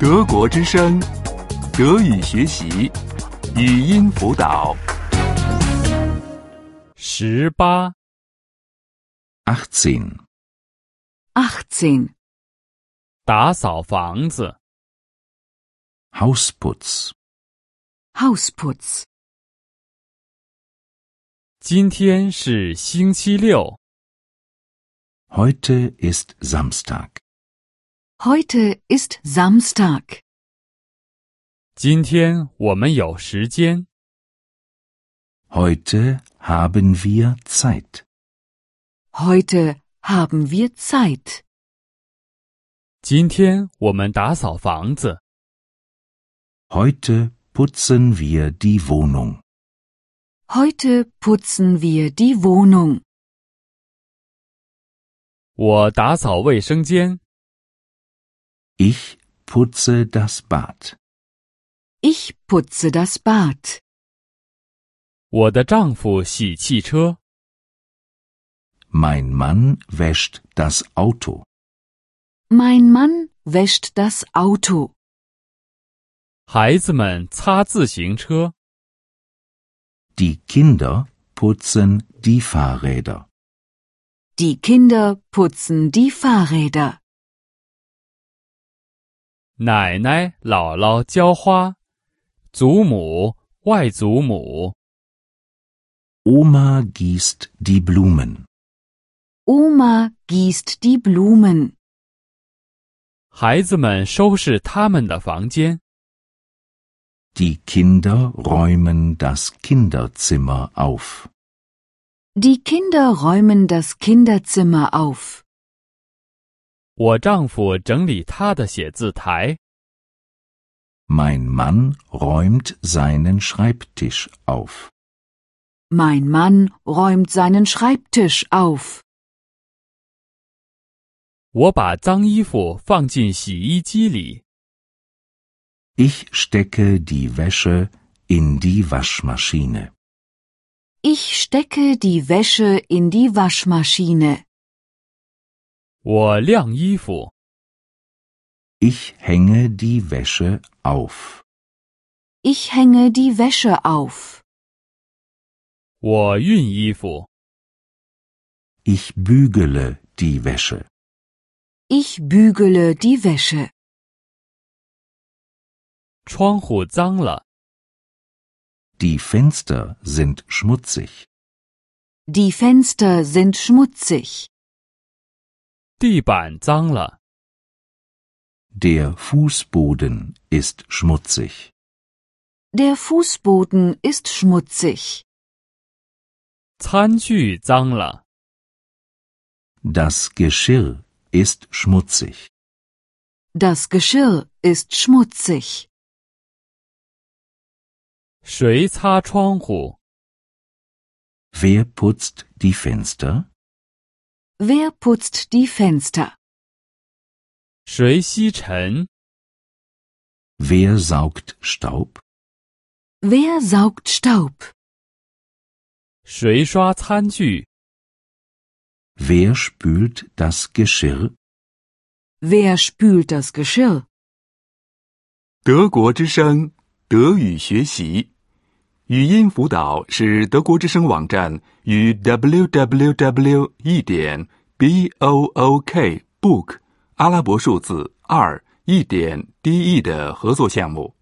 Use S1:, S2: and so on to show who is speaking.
S1: 德国之声，德语学习，语音辅导。
S2: 十八，
S1: 18.
S3: 18.
S2: 打扫房子。
S1: Hausputz.
S3: Hausputz.
S2: 今天是星期六，
S1: Heute ist Samstag.
S3: Heute ist Samstag.
S2: 今天我们有时间。
S1: Heute haben wir Zeit.
S3: Heute haben wir Zeit.
S2: 今天我们打扫房子。
S1: Heute putzen wir die Wohnung.
S3: Heute putzen wir die Wohnung.
S2: 我打扫卫生间。
S1: Ich putze das Bad.
S3: Ich putze das Bad.
S2: 我的丈夫洗汽车。
S1: Mein Mann wäscht das Auto.
S3: Mein Mann wäscht das Auto.
S2: 孩子们擦自行车。
S1: Die Kinder putzen die Fahrräder.
S3: Die Kinder putzen die Fahrräder.
S2: 奶奶、姥姥浇花。祖母、外祖母。
S1: Oma gießt die Blumen.
S3: Oma gießt die Blumen.
S2: 孩子们收拾他们的房间。
S1: Die Kinder räumen das Kinderzimmer auf.
S3: Die Kinder räumen das Kinderzimmer auf.
S2: 我丈夫整理他的写字台。
S1: Mein Mann räumt seinen Schreibtisch auf.
S3: Mein Mann räumt seinen Schreibtisch auf.
S2: 我把脏衣服放进洗衣机里。
S1: Ich stecke die Wäsche in die Waschmaschine.
S3: Ich stecke die Wäsche in die Waschmaschine.
S2: 我晾衣服。
S1: Ich hänge die Wäsche auf.
S3: Ich hänge die Wäsche auf.
S2: 我熨衣服。
S1: Ich bügele die Wäsche.
S3: Ich bügele die Wäsche.
S2: 窗户脏了。
S1: Die Fenster sind schmutzig.
S3: Die Fenster sind schmutzig.
S2: 地板脏了，
S1: Der Fußboden ist schmutzig.
S3: Der Fußboden ist schmutzig.
S2: 餐具脏了，
S1: Das Geschirr ist schmutzig.
S3: Das Geschirr ist schmutzig.
S2: 谁擦窗户？
S1: Wer putzt die Fenster?
S3: Wer putzt die Fenster?
S2: 谁吸尘？
S1: Wer saugt Staub?
S3: Wer saugt Staub?
S2: 谁刷餐具？
S1: Wer spült das Geschirr?
S3: Wer spült das Geschirr?
S1: 德国之声德语学习语音辅导是德国之声网站与 www. 一点 b o o k book 阿拉伯数字二一点 d e 的合作项目。